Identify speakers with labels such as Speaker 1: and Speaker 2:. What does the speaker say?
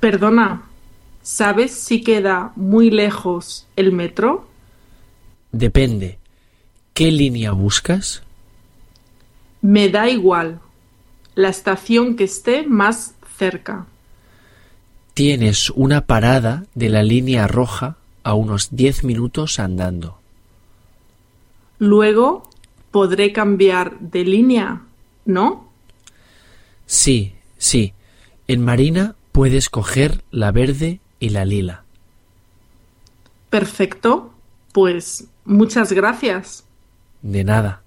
Speaker 1: Perdona, ¿sabes si queda muy lejos el metro?
Speaker 2: Depende. ¿Qué línea buscas?
Speaker 1: Me da igual. La estación que esté más cerca.
Speaker 2: Tienes una parada de la línea roja a unos 10 minutos andando.
Speaker 1: Luego podré cambiar de línea, ¿no?
Speaker 2: Sí, sí. En Marina puedes coger la verde y la lila.
Speaker 1: Perfecto. Pues muchas gracias.
Speaker 2: De nada.